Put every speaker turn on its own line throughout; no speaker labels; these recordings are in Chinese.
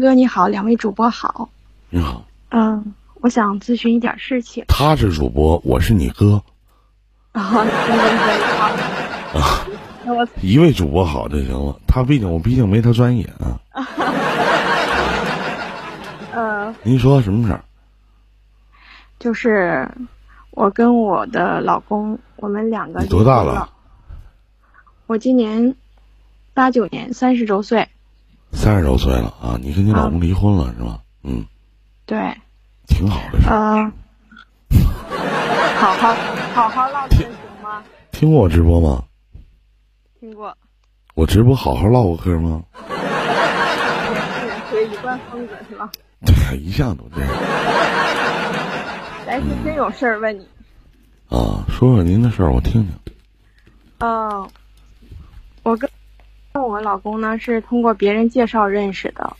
哥你好，两位主播好。
你好，
嗯，我想咨询一点事情。
啊他是主播，我是你哥
啊，两位哥你好。
啊。
那我
一位主播好就行了，他毕竟我毕竟没他专业啊。
呃，
您说什么事儿？
就是我跟我的老公，我们两个
你多大
离婚了？我今年八九年，三十周岁。
三十多岁了啊，你跟你老公离婚了、是吧？嗯，
对，
挺好的事儿。
呃， 好好好好唠嗑行吗？
听过我直播吗？
听过，
我直播好好唠过嗑吗？
属于一贯风格是吧？
对，一向都这样
来是真有事儿问你。
啊。说说您的事儿，我听听。
嗯，我跟我老公呢是通过别人介绍认识的，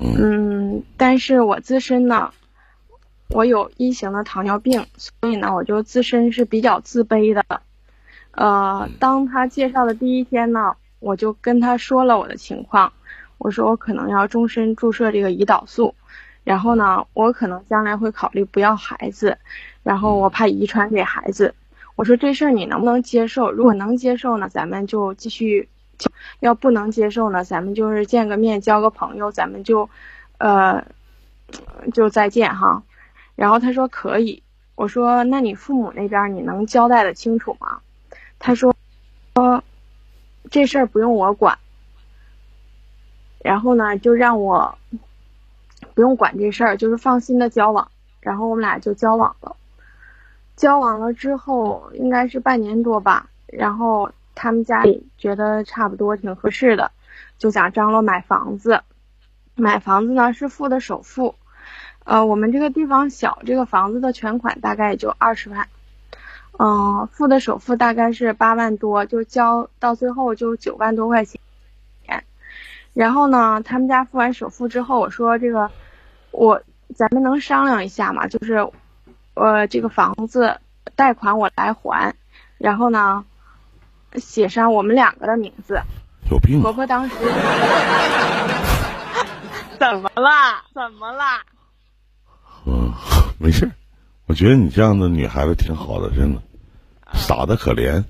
嗯
嗯，但是我自身呢，我有一型的糖尿病，所以呢，我就自身是比较自卑的。呃，当他介绍的第一天呢，我就跟他说了我的情况，我说我可能要终身注射这个胰岛素，然后呢，我可能将来会考虑不要孩子，然后我怕遗传给孩子。我说这事儿你能不能接受？如果能接受呢，咱们就继续；要不能接受呢，咱们就是见个面，交个朋友，咱们就，呃，就再见哈。然后他说可以。我说那你父母那边你能交代的清楚吗？他说，说这事儿不用我管。然后呢，就让我不用管这事儿，就是放心的交往。然后我们俩就交往了。交往了之后，应该是半年多吧。然后他们家里觉得差不多挺合适的，就想张罗买房子。买房子呢是付的首付，呃，我们这个地方小，这个房子的全款大概也就二十万，嗯、付的首付大概是八万多，就交到最后就九万多块钱。然后呢，他们家付完首付之后，我说这个，我咱们能商量一下嘛？就是呃，这个房子贷款我来还，然后呢，写上我们两个的名字。
有病
婆
啊！
婆当时 怎么啦？怎么啦？
嗯， 没事儿。我觉得你这样的女孩子挺好的，真的，
啊
傻的可怜。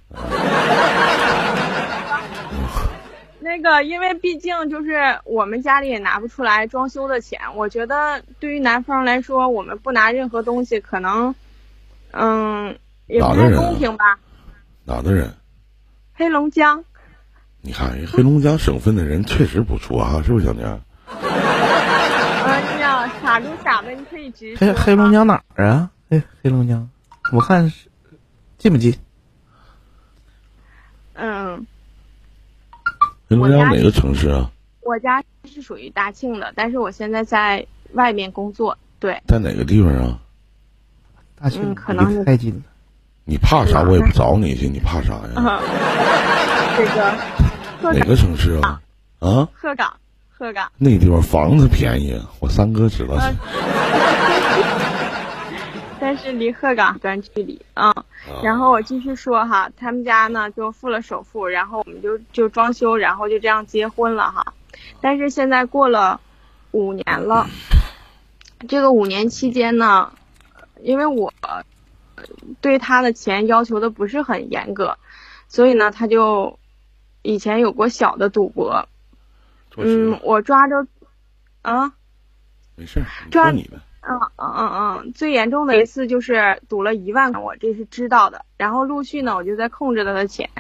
那个，因为毕竟就是我们家里也拿不出来装修的钱，我觉得对于男方来说，我们不拿任何东西，可能，嗯，也不
哪个
太
人啊
公平吧。
哪的人？
黑龙江，
你看，人黑龙江省份的人确实不错啊，是不是小宁儿？
哎呀，傻中傻的，你可以直说
黑
吗。
黑龙江哪儿啊？黑黑龙江，我看是近不近？
嗯，
黑龙
我家
江
里
哪个城市啊？
我家是属于大庆的，但是我现在在外面工作。对，
在哪个地方啊？
大庆
嗯可能是
离太近了。
你怕啥？我也不找你去，你怕啥呀？
嗯，这个鹤
哪
岗，
个城市啊？啊，
鹤岗，鹤岗，
那地方房子便宜，我三哥知道。
嗯但是离鹤岗一段距离啊、嗯然后我继续说哈，他们家呢就付了首付，然后我们就就装修，然后就这样结婚了哈。但是现在过了五年了，这个五年期间呢，因为我呃对他的钱要求的不是很严格，所以呢他就以前有过小的赌博，嗯，，我抓着，啊。
没事儿，你
抓
说你的。
嗯嗯嗯，嗯，最严重的一次就是赌了一万，我这是知道的。然后陆续呢，我就在控制他的钱。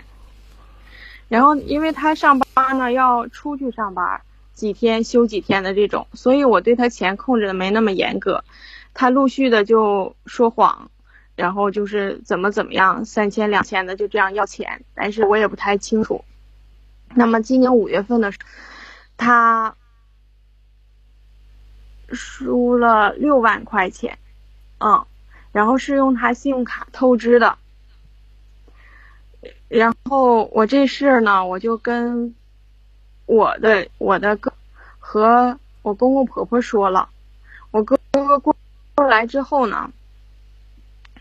然后因为他上班呢要出去上班，几天休几天的这种，所以我对他钱控制的没那么严格。他陆续的就说谎，然后就是怎么怎么样，三千两千的就这样要钱，但是我也不太清楚。那么今年五月份的时候，他输了六万块钱，嗯，然后是用他信用卡透支的。然后我这事儿呢，我就跟我的我的哥和我公公婆婆说了，我哥哥过过来之后呢，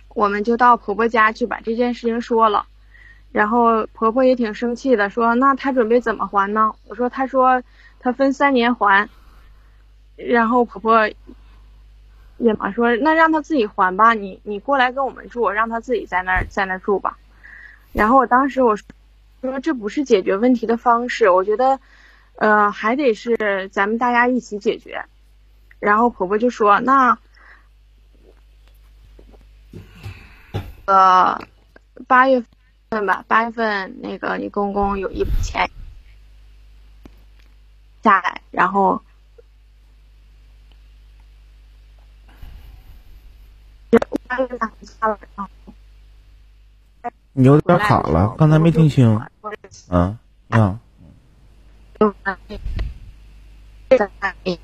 我们就到婆婆家去把这件事情说了。然后婆婆也挺生气的，说：“那她准备怎么还呢？”我说：“她说她分三年还。”然后婆婆也嘛说，那让她自己还吧，你你过来跟我们住，让她自己在那儿在那儿住吧。然后我当时我说这不是解决问题的方式，我觉得，呃，还得是咱们大家一起解决。然后婆婆就说那，呃，八月份吧，八月份那个你公公有一笔钱下来，然后。八月份下了，然后
你有点卡了，刚才没听清。
我就
啊，你好，
就那个在那里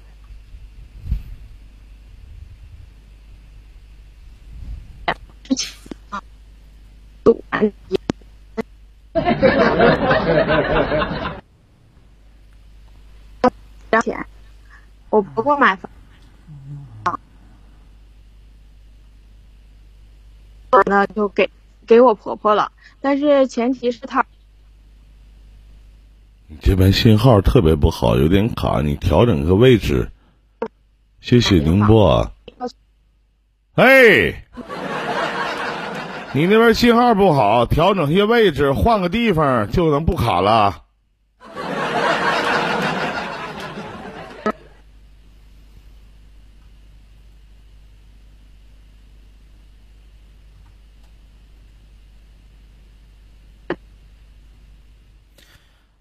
之前啊，就完然后钱，我婆婆买房，我呢就给给我婆婆了，但是前提是她
你这边信号特别不好，有点卡，你调整个位置。谢谢宁波啊。哎，你那边信号不好，调整些位置，换个地方就能不卡了。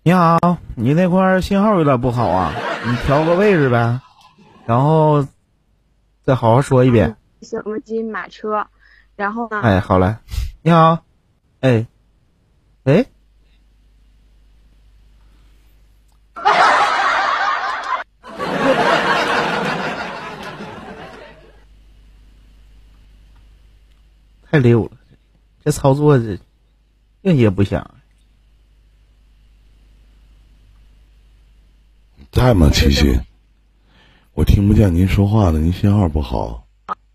你好，你那块儿信号有点不好啊，你调个位置呗，然后再好好说一遍。
什么基因买车，然后呢，
哎，好嘞，你好，哎，喂， 太溜了，这操作这应接不暇。
在吗，琪琪？我听不见您说话了，您信号不好，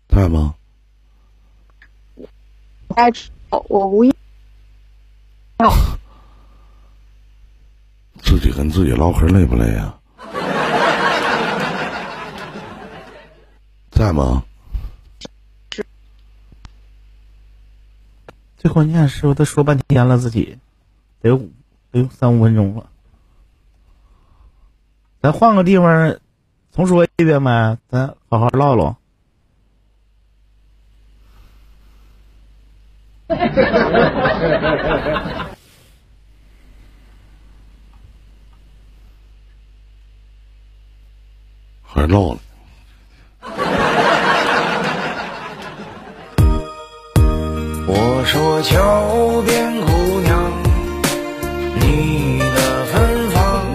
在吗？
在我我无意
自己跟自己唠嗑累不累啊？在吗？
最关键是我都说半天了，自己得有得有三五分钟了。咱换个地方，重说一遍呗，咱好好唠唠。
还唠了。
我说桥边姑娘，你的芬芳，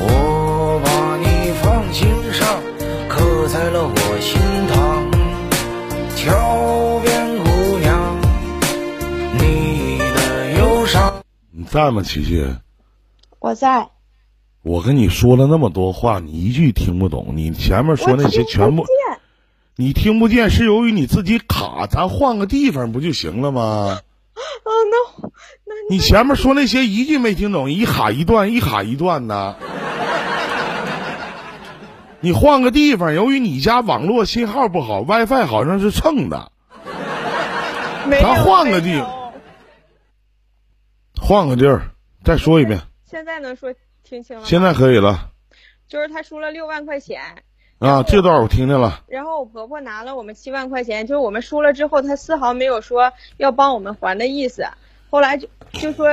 我把你放心上，刻在了我心膛。桥边姑娘，你的忧伤。
你在吗，琪琪？
我在
我跟你说了那么多话，你一句听不懂。你前面说那些全部
我听不见
你听不见，是由于你自己卡。咱换个地方不就行了吗？
啊，那我那
你前面说那些一句没听懂，一卡一段，一卡一段的。你换个地方，由于你家网络信号不好，WiFi 好像是蹭的，
没有
咱换个地
没有
换个地儿再说一遍。
现在能说听清了吗？
现在可以了
就是他输了六万块钱，
啊，这段我听见了。
然后我婆婆拿了我们七万块钱，就是我们输了之后，她丝毫没有说要帮我们还的意思。后来就就说，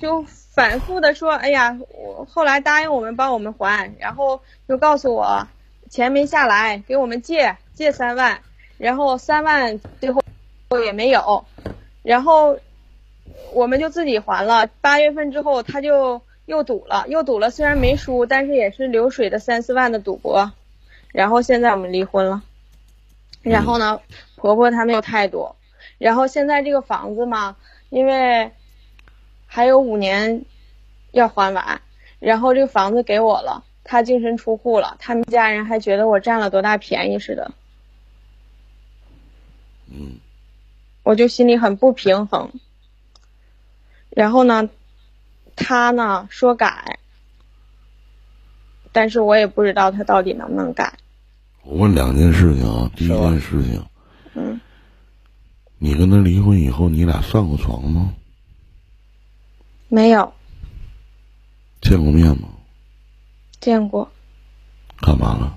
就反复的说，哎呀，我后来答应我们帮我们还，然后又告诉我钱没下来，给我们借借三万，然后三万最后也没有，然后我们就自己还了。八月份之后，他就又赌了，又赌了，虽然没输，但是也是流水的三四万的赌博。然后现在我们离婚了，然后呢，婆婆她没有态度，然后现在这个房子嘛，因为还有五年要还完，然后这个房子给我了，她净身出户了，他们家人还觉得我占了多大便宜似的，
嗯，
我就心里很不平衡。然后呢，她呢说改，但是我也不知道他到底能不能改。
我问两件事情啊，第一件事情，
嗯，
你跟他离婚以后，你俩上过床吗？
没有
见过面吗？
见过，
干嘛了？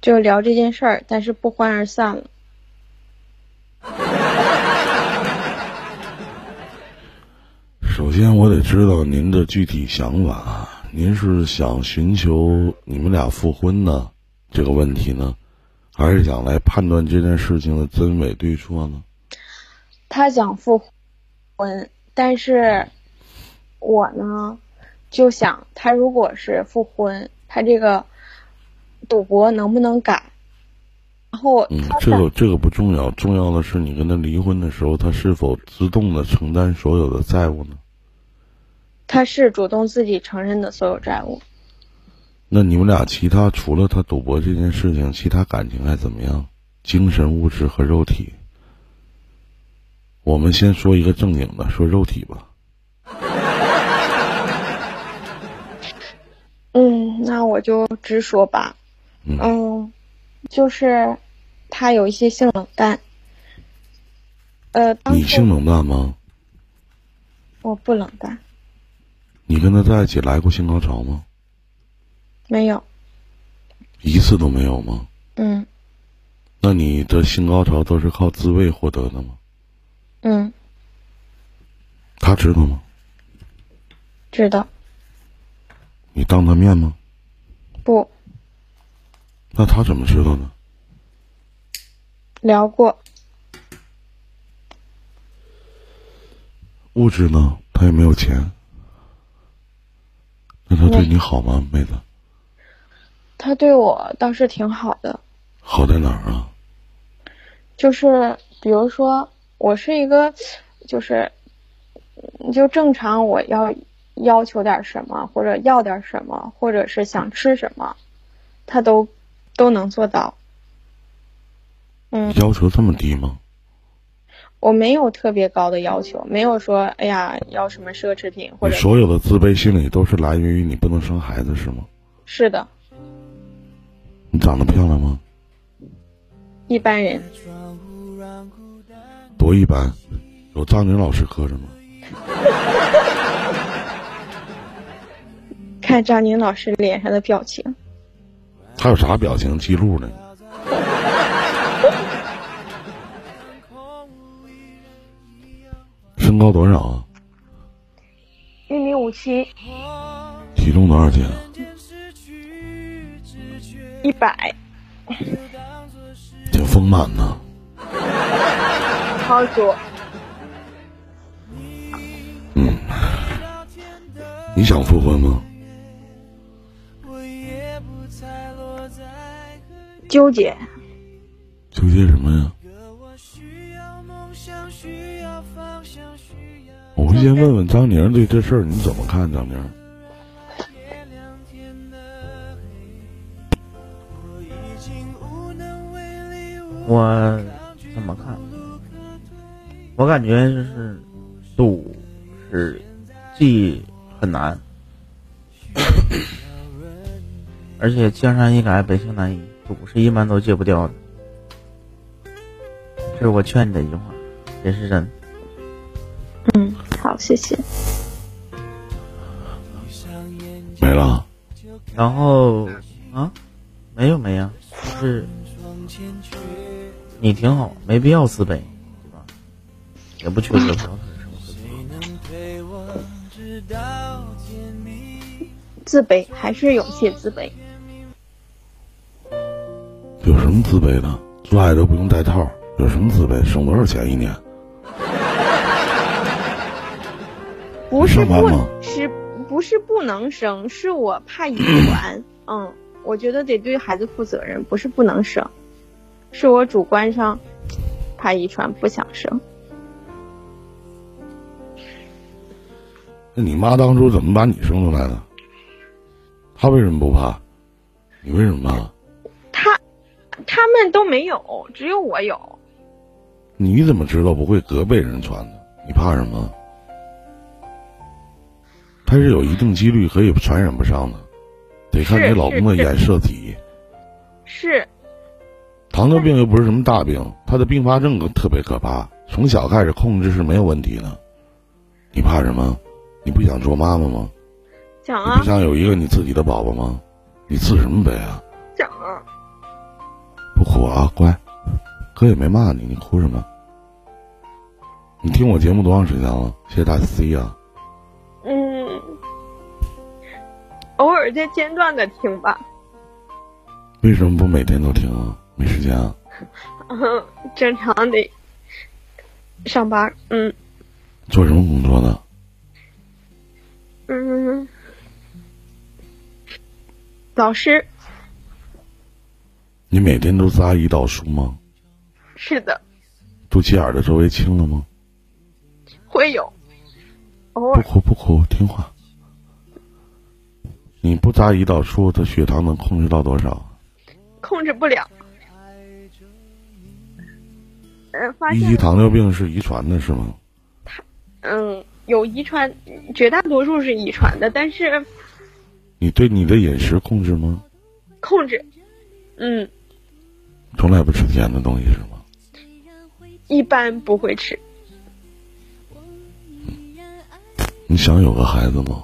就聊这件事儿，但是不欢而散了。
首先，我得知道您的具体想法，您是想寻求你们俩复婚呢这个问题呢，还是想来判断这件事情的真伪对错呢？
他想复婚，但是我呢，就想他如果是复婚，他这个赌博能不能改？然后
嗯
他，
这
想
个这个不重要，重要的是你跟他离婚的时候，他是否自动的承担所有的债务呢？
他是主动自己承认的所有债务，
那你们俩其他除了他赌博这件事情，其他感情还怎么样？精神、物质和肉体。我们先说一个正经的，说肉体吧。
嗯，那我就直说吧。嗯，就是他有一些性冷淡。呃，当
你
时
性冷淡吗？
我不冷淡，
你跟他在一起来过性高潮吗？
没有。
一次都没有吗？
嗯
那你的性高潮都是靠自慰获得的吗？
嗯，
他知道吗？
知道
你当他面吗？
不
那他怎么知道的？
聊过，
物质呢？他也没有钱。那他对
没
你好吗，妹子？
他对我倒是挺好的。
好在哪儿啊？
就是比如说，我是一个，就是，嗯就正常我要要求点什么，或者要点什么，或者是想吃什么，他都都能做到。嗯，
要求这么低吗？
我没有特别高的要求，没有说哎呀要什么奢侈品或
你
者
所有的自卑心理都是来源于你不能生孩子是吗？
是的，
你长得漂亮吗？
一般人
多一般，有张宁老师磕着吗？
看张宁老师脸上的表情，
还有啥表情记录呢？ 身高多少啊？
一米五七，
体重多少斤啊？
一百，
挺丰满呐。
超多，
你想复婚吗？
纠结，
纠结什么呀？我会先问问张宁对这事儿你怎么看？张宁，
我怎么看？我感觉就是赌是既很难，而且江山易改，本性难移，赌是一般都戒不掉的。这是我劝你的一句话，也是真的。
嗯，好，谢谢。
没了。
然后啊，没有没有，就是你挺好，没必要自卑，对吧？也不缺德，不要很生气。
自卑，还是有些自卑。
有什么自卑的？做爱都不用带套，有什么自卑？省多少钱一年？
不是
上班
不
吗
是不是不能生，是我怕遗传。嗯，我觉得得对孩子负责任，不是不能生，是我主观上怕遗传，不想生。
那你妈当初怎么把你生出来的？她为什么不怕？你为什么怕？
他他们都没有，只有我有。
你怎么知道不会隔辈人传的？你怕什么？它是有一定几率可以传染不上的。得看
是
你老公的
是是
染色体。
是
糖尿病又不是什么大病，它的并发症更特别可怕，从小开始控制是没有问题的。你怕什么？你不想做妈妈吗？
想
你
啊
不想有一个你自己的宝宝吗？你自什么悲啊？
想啊，
不哭啊，乖。哥也没骂你，你哭什么？你听我节目多长时间了？谢谢大 C 啊。
嗯，偶尔再间断的听吧，
为什么不每天都听啊？没时间啊？
嗯，正常得上班，嗯
做什么工作呢？
嗯，老师
你每天都扎胰岛素吗？
是的，
肚脐眼儿的周围青了吗？
会有，偶
不
尔
哭不哭，听话。你不扎胰岛素，他血糖能控制到多少？
控制不了，呃，发
一
现
级糖尿病是遗传的是吗？
嗯，有遗传，绝大多数是遗传的，但是
你对你的饮食控制吗？
控制，嗯，
从来不吃甜的东西是吗？
一般不会吃。
你想有个孩子吗？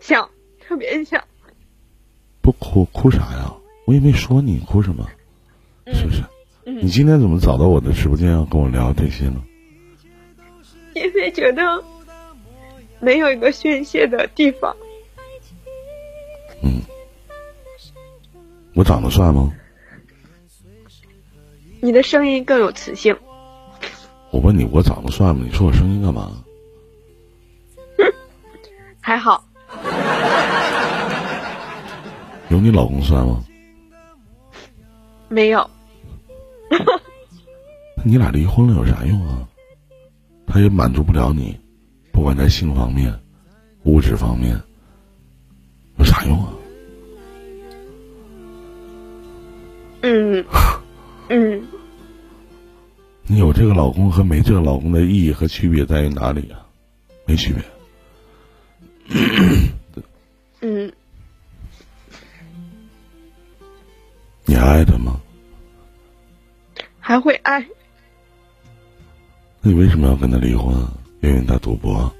想，特别想，
不哭哭啥呀？我也没说你哭什么，是不是？
嗯
你今天怎么找到我的直播间要跟我聊这些呢？
因为觉得没有一个宣泄的地方。
我长得帅吗？
你的声音更有磁性，
我问你，我长得帅吗？你说我声音干嘛？
还好
有你老公帅吗？
没有，
那你俩离婚了有啥用啊？他也满足不了你，不管在性方面、物质方面，有啥用啊？
嗯嗯，
你有这个老公和没这个老公的意义和区别在于哪里啊？没区别。
嗯，
你还爱他吗？
还会爱，
那你为什么要跟他离婚啊？因为他赌博，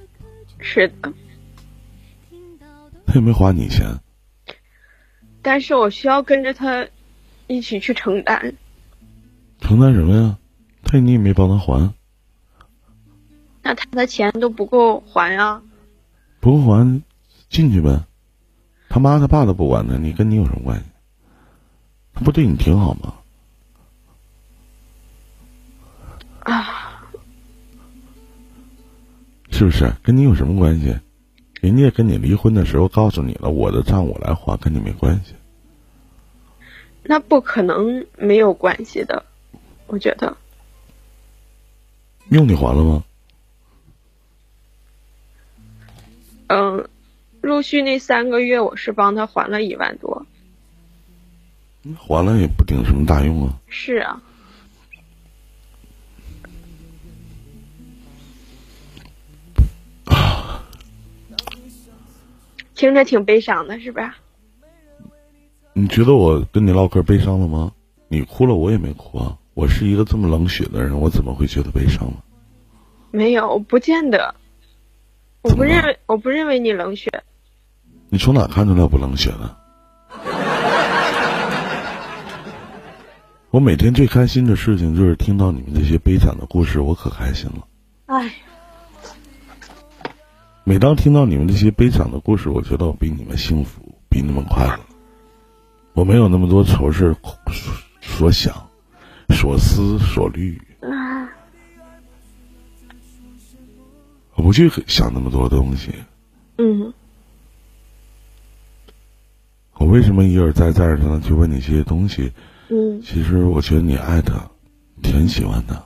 是的，
他又没花你钱，
但是我需要跟着他一起去承担，
承担什么呀？他你也没帮他还，
那他的钱都不够还啊，
不用还，进去呗。他妈他爸都不管他，你跟你有什么关系？他不对你挺好吗？是不是跟你有什么关系？人家跟你离婚的时候告诉你了，我的账我来还，跟你没关系。
那不可能没有关系的，我觉得
用你还了吗？
嗯，陆续那三个月我是帮他还了一万多，
还了也不顶什么大用啊。
是啊，听着挺悲伤的，是吧？
你觉得我跟你唠嗑悲伤了吗？你哭了，我也没哭啊。我是一个这么冷血的人，我怎么会觉得悲伤呢？
没有，不见得。我不认为，我不认为你冷血，
你从哪看出来我不冷血的？ 我每天最开心的事情就是听到你们这些悲惨的故事，我可开心了。
哎，
每当听到你们这些悲惨的故事，我觉得我比你们幸福，比你们快乐。我没有那么多愁事儿苦所想、所思所虑。我不去想那么多东西。
嗯，
我为什么一而再、再而三的去问你这些东西？
嗯，
其实我觉得你爱他，你很喜欢他，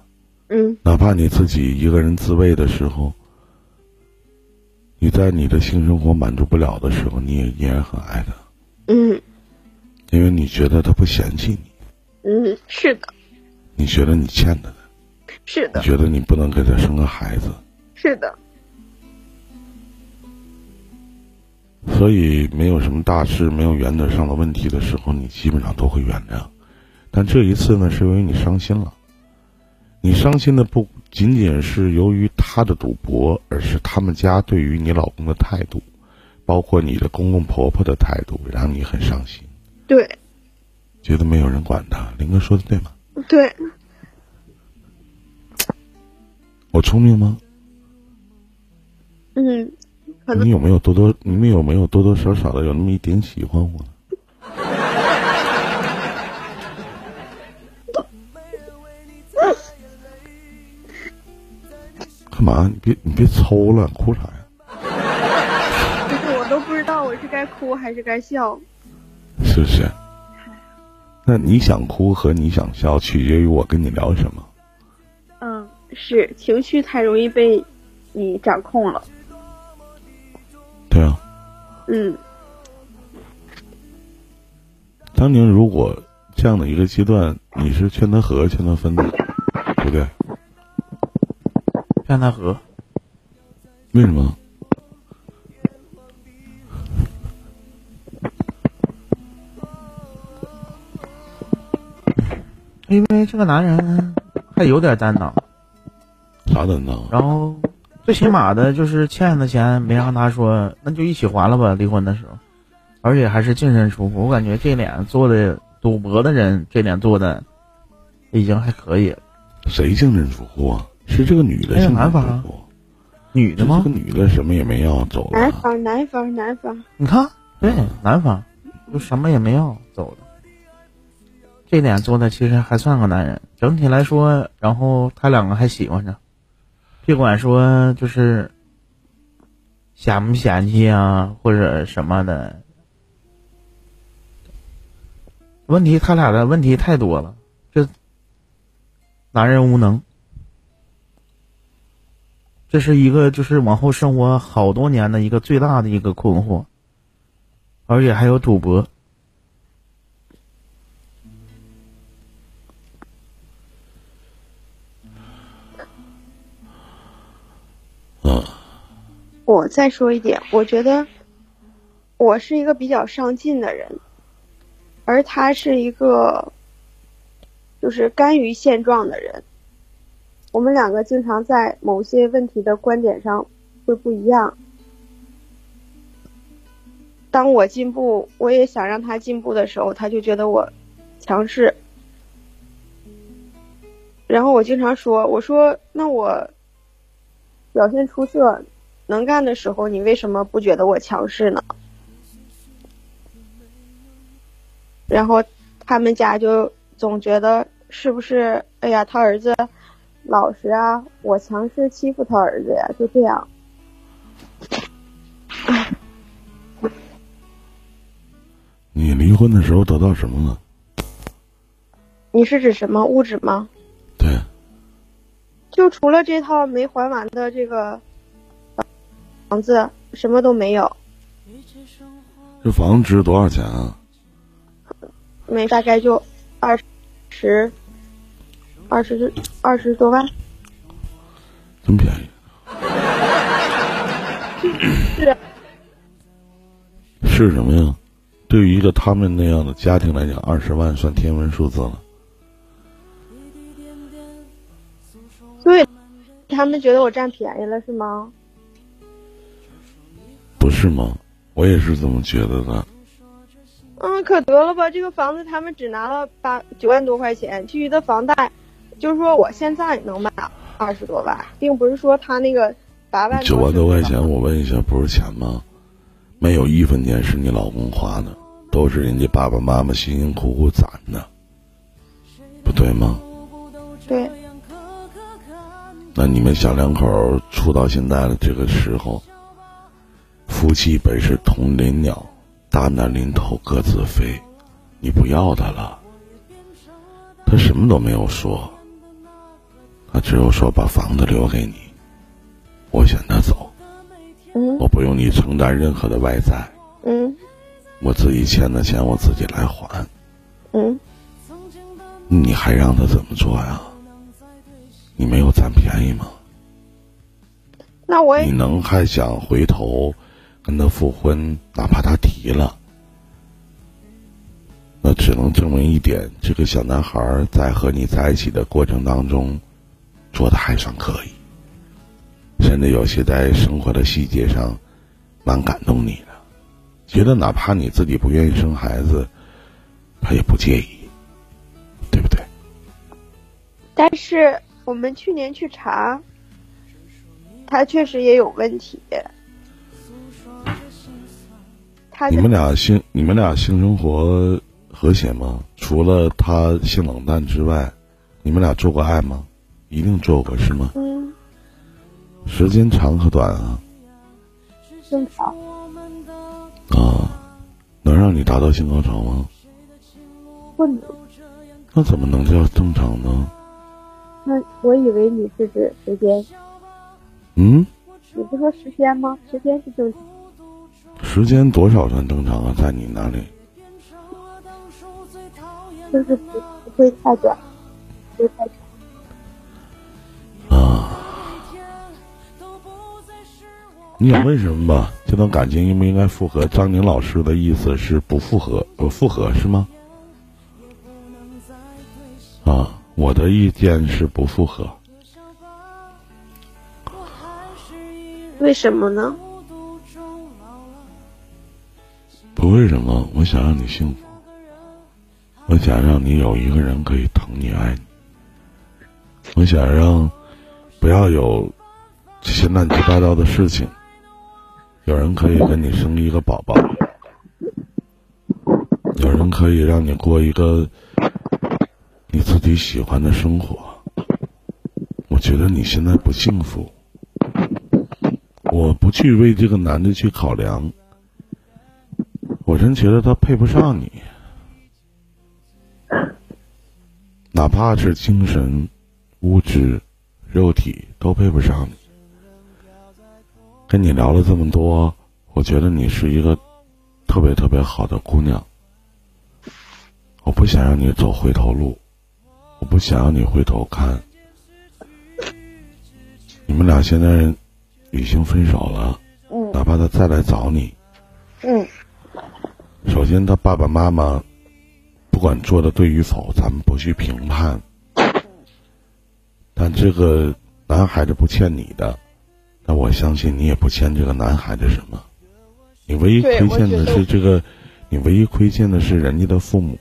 嗯，
哪怕你自己一个人自慰的时候，你在你的性生活满足不了的时候，你也依然很爱他，
嗯，
因为你觉得他不嫌弃你，
嗯，是的，
你觉得你欠他的，
是
你
的，
觉得你不能给他生个孩子，
是的，
所以没有什么大事、没有原则上的问题的时候，你基本上都会原谅。但这一次呢，是由于你伤心了。你伤心的不仅仅是由于他的赌博，而是他们家对于你老公的态度，包括你的公公婆婆的态度，让你很伤心，
对
觉得没有人管他。林哥说的对吗？
对，
我聪明吗？
嗯，可能
你有没有多多？你们有没有多多少少的有那么一点喜欢我呢？ 干嘛？你别你别抽了，哭啥呀？
就是我都不知道我是该哭还是该笑。
是不是？那你想哭和你想笑，取决于我跟你聊什么。
嗯，是情绪太容易被你掌控了。
对啊，
嗯，
当年如果这样的一个阶段，你是劝他和劝他分的，对不对？
劝他和，
为什么？
因为这个男人还有点担当，
啥担当啊？
然后最起码的就是欠的钱没让他说，那就一起还了吧，离婚的时候，而且还是净身出户，我感觉这脸做的赌博的人这脸做的已经还可以了，
谁净身出户啊？是这个女的
没有
净身
办
出
法
户，
女
是
啊的吗
这个？女的什么也没要走
男
了。
方男方男方，
你看，对，男方就什么也没要走了。这点做的其实还算个男人，整体来说，然后他两个还喜欢着，别管说就是嫌不嫌弃啊，或者什么的。问题他俩的问题太多了，这男人无能，这是一个就是往后生活好多年的一个最大的一个困惑，而且还有赌博。
嗯，
我再说一点，我觉得我是一个比较上进的人，而他是一个就是甘于现状的人。我们两个经常在某些问题的观点上会不一样。当我进步，我也想让他进步的时候，他就觉得我强势。然后我经常说：“我说，那我表现出色，能干的时候，你为什么不觉得我强势呢？然后他们家就总觉得是不是，哎呀，他儿子老实啊，我强势欺负他儿子呀，就这样。
你离婚的时候得到什么了？
你是指什么物质吗？
对，
就除了这套没还完的这个房子，什么都没有，
这房子值多少钱啊？
没大概就二十、二十、二十多万。
真便宜。是什么呀？对于一个他们那样的家庭来讲，二十万算天文数字了。
对，他们觉得我占便宜了是吗？
不是吗？我也是这么觉得的。
嗯，可得了吧！这个房子他们只拿了八九万多块钱，其余的房贷，就是说我现在能卖二十多万，并不是说他那个八万
九万多块钱，
是
我问一下，不是钱吗？没有一分钱是你老公花的，都是人家爸爸妈妈辛辛苦苦攒的，不对吗？
对，
那你们小两口儿处到现在的这个时候，夫妻本是同林鸟，大难临头各自飞。你不要他了，他什么都没有说，他只有说把房子留给你，我选他走，
嗯
我不用你承担任何的外债，
嗯
我自己欠的钱我自己来还。
嗯，
你还让他怎么做呀？你没有占便宜吗？嗯
那我也
你能还想回头跟他复婚，哪怕他提了，那只能证明一点：这个小男孩儿在和你在一起的过程当中，做的还算可以，甚至有些在生活的细节上，蛮感动你的，觉得哪怕你自己不愿意生孩子，他也不介意，对不对？
但是我们去年去查，他确实也有问题。他
你
的
们俩性你们俩性生活和谐吗？除了他性冷淡之外，你们俩做过爱吗？一定做过是吗？
嗯，
时间长和短啊
正常。
啊，能让你达到性高潮吗？
不能，
那怎么能叫正常呢？
嗯
那我以为你是指时间，
嗯，
你不说时间吗？时间是正常。
时间多少算正常啊？在你那里，
就是不不会太短，不会太长。
你想为什么吧？这段感情应不应该复合？张宁老师的意思是不复合，不复合是吗？啊，我的意见是不复合。
为什么呢？
不为什么，我想让你幸福，我想让你有一个人可以疼你爱你，我想让不要有这些乱七八糟的事情，有人可以跟你生一个宝宝，有人可以让你过一个你自己喜欢的生活。我觉得你现在不幸福，我不去为这个男的去考量。我真觉得他配不上你，哪怕是精神、物质、肉体都配不上你。跟你聊了这么多，我觉得你是一个特别特别好的姑娘。我不想让你走回头路，我不想让你回头看。你们俩现在已经分手了，
嗯
哪怕他再来找你，
嗯
首先，他爸爸妈妈不管做的对与否，咱们不去评判。但这个男孩子不欠你的，那我相信你也不欠这个男孩子什么。你唯一
对
亏欠
我觉
的
得
是这个，你唯一亏欠的是人家的父母。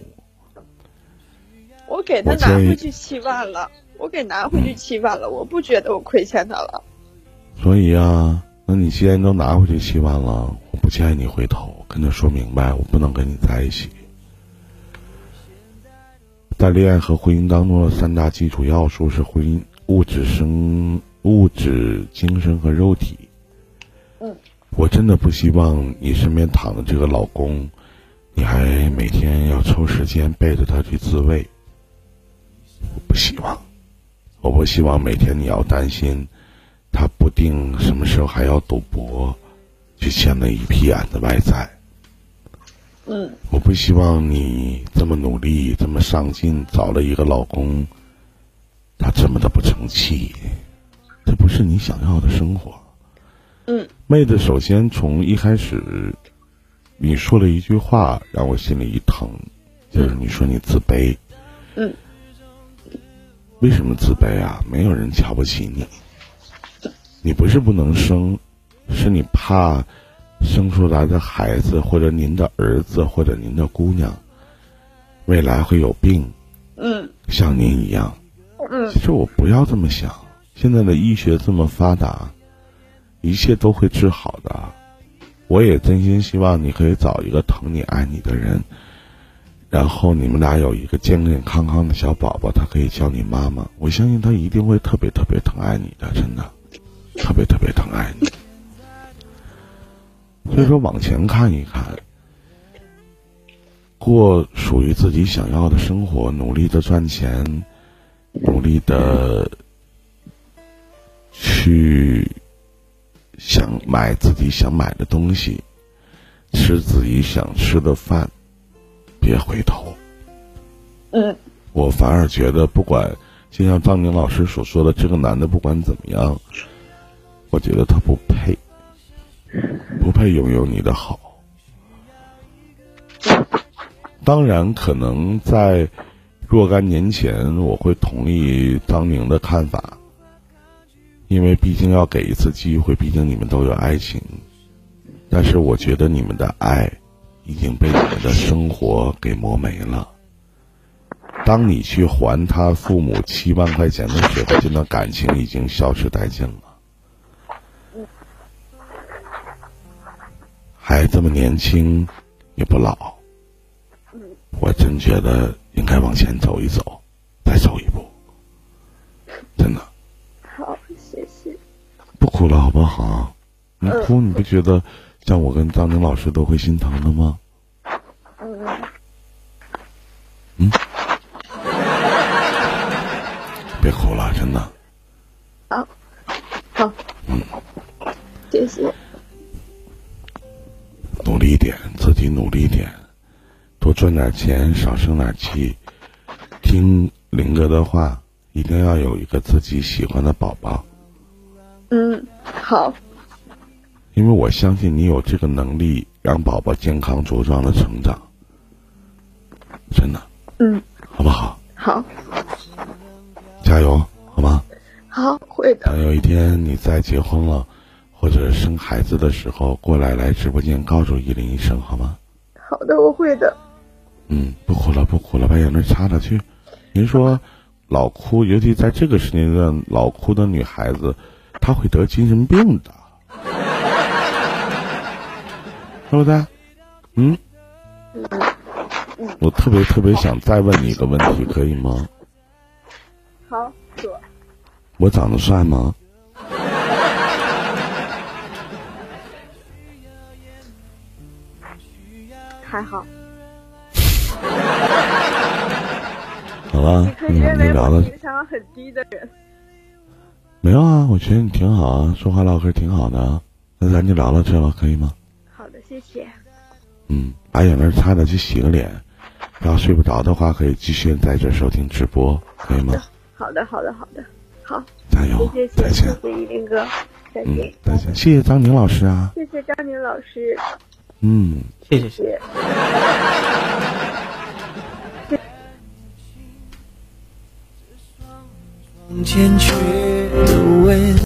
我给他
我
拿
建议
回去七万了，我给拿回去七万了，我不觉得我亏欠他了。
所以啊，那你既然都拿回去七万了，我不建议你回头，跟他说明白，我不能跟你在一起。在恋爱和婚姻当中的三大基础要素是婚姻、物质生、物质、精神和肉体。
嗯，
我真的不希望你身边躺的这个老公，你还每天要抽时间背着他去自慰。我不希望，我不希望每天你要担心他不定什么时候还要赌博，去欠了一屁眼的外债。
嗯，
我不希望你这么努力，这么上进，找了一个老公，他这么的不成器，这不是你想要的生活。
嗯，
妹子，首先从一开始，你说了一句话让我心里一疼，就是你说你自卑。
嗯，
为什么自卑啊？没有人瞧不起你，你不是不能生，是你怕生出来的孩子，或者您的儿子，或者您的姑娘，未来会有病，
嗯
像您一样。
嗯
其实我不要这么想，现在的医学这么发达，一切都会治好的。我也真心希望你可以找一个疼你爱你的人，然后你们俩有一个健健康康的小宝宝，他可以叫你妈妈。我相信他一定会特别特别疼爱你的，真的，特别特别疼爱你。所以说，往前看一看，过属于自己想要的生活，努力的赚钱，努力的去想买自己想买的东西，吃自己想吃的饭，别回头。
嗯
我反而觉得，不管就像张宁老师所说的，这个男的不管怎么样，我觉得他不配。不配拥有你的好。当然，可能在若干年前，我会同意张宁的看法，因为毕竟要给一次机会，毕竟你们都有爱情。但是，我觉得你们的爱已经被你们的生活给磨没了。当你去还他父母七万块钱的时候，这段感情已经消失殆尽了。还这么年轻，也不老，我真觉得应该往前走一走，再走一步。真的，
好，谢谢。
不哭了好不好？你哭你不觉得像我跟张宁老师都会心疼的吗？
嗯，
嗯别哭了，真的。
好，好，谢谢。
努力一点，自己努力一点，多赚点钱，少生点气。听林哥的话，一定要有一个自己喜欢的宝宝，
嗯，好，
因为我相信你有这个能力，让宝宝健康茁壮的成长。真的，
嗯，
好不好？
好，
加油，好吗？
好，会的。
等有一天你再结婚了，或者生孩子的时候，过来来直播间告诉依林一声，好吗？
好的，我会的。
嗯，不哭了，不哭了，把眼泪擦擦去。您说，老哭，尤其在这个时间段老哭的女孩子，她会得精神病的，对不对？嗯，我特别特别想再问你一个问题，可以吗？
好，我
我长得帅吗？
还好。
好了，
你
嗯，
认
就
为
聊
我
到
情商很低的人，
没有啊，我觉得你挺好啊，说话唠嗑挺好的啊。那咱就聊到这了，可以吗？
好的，谢谢。
嗯，把眼泪擦擦，去洗个脸。要睡不着的话，可以继续在这收听直播，可以吗？
好的，好的，好的，好，
加油，
谢谢，
再
谢
见。
谢依林哥，再
嗯
见，，
再见。谢谢张宁老师啊。
谢谢张宁老师，
嗯，
谢谢谢
谢
谢。
谢。
间却有味。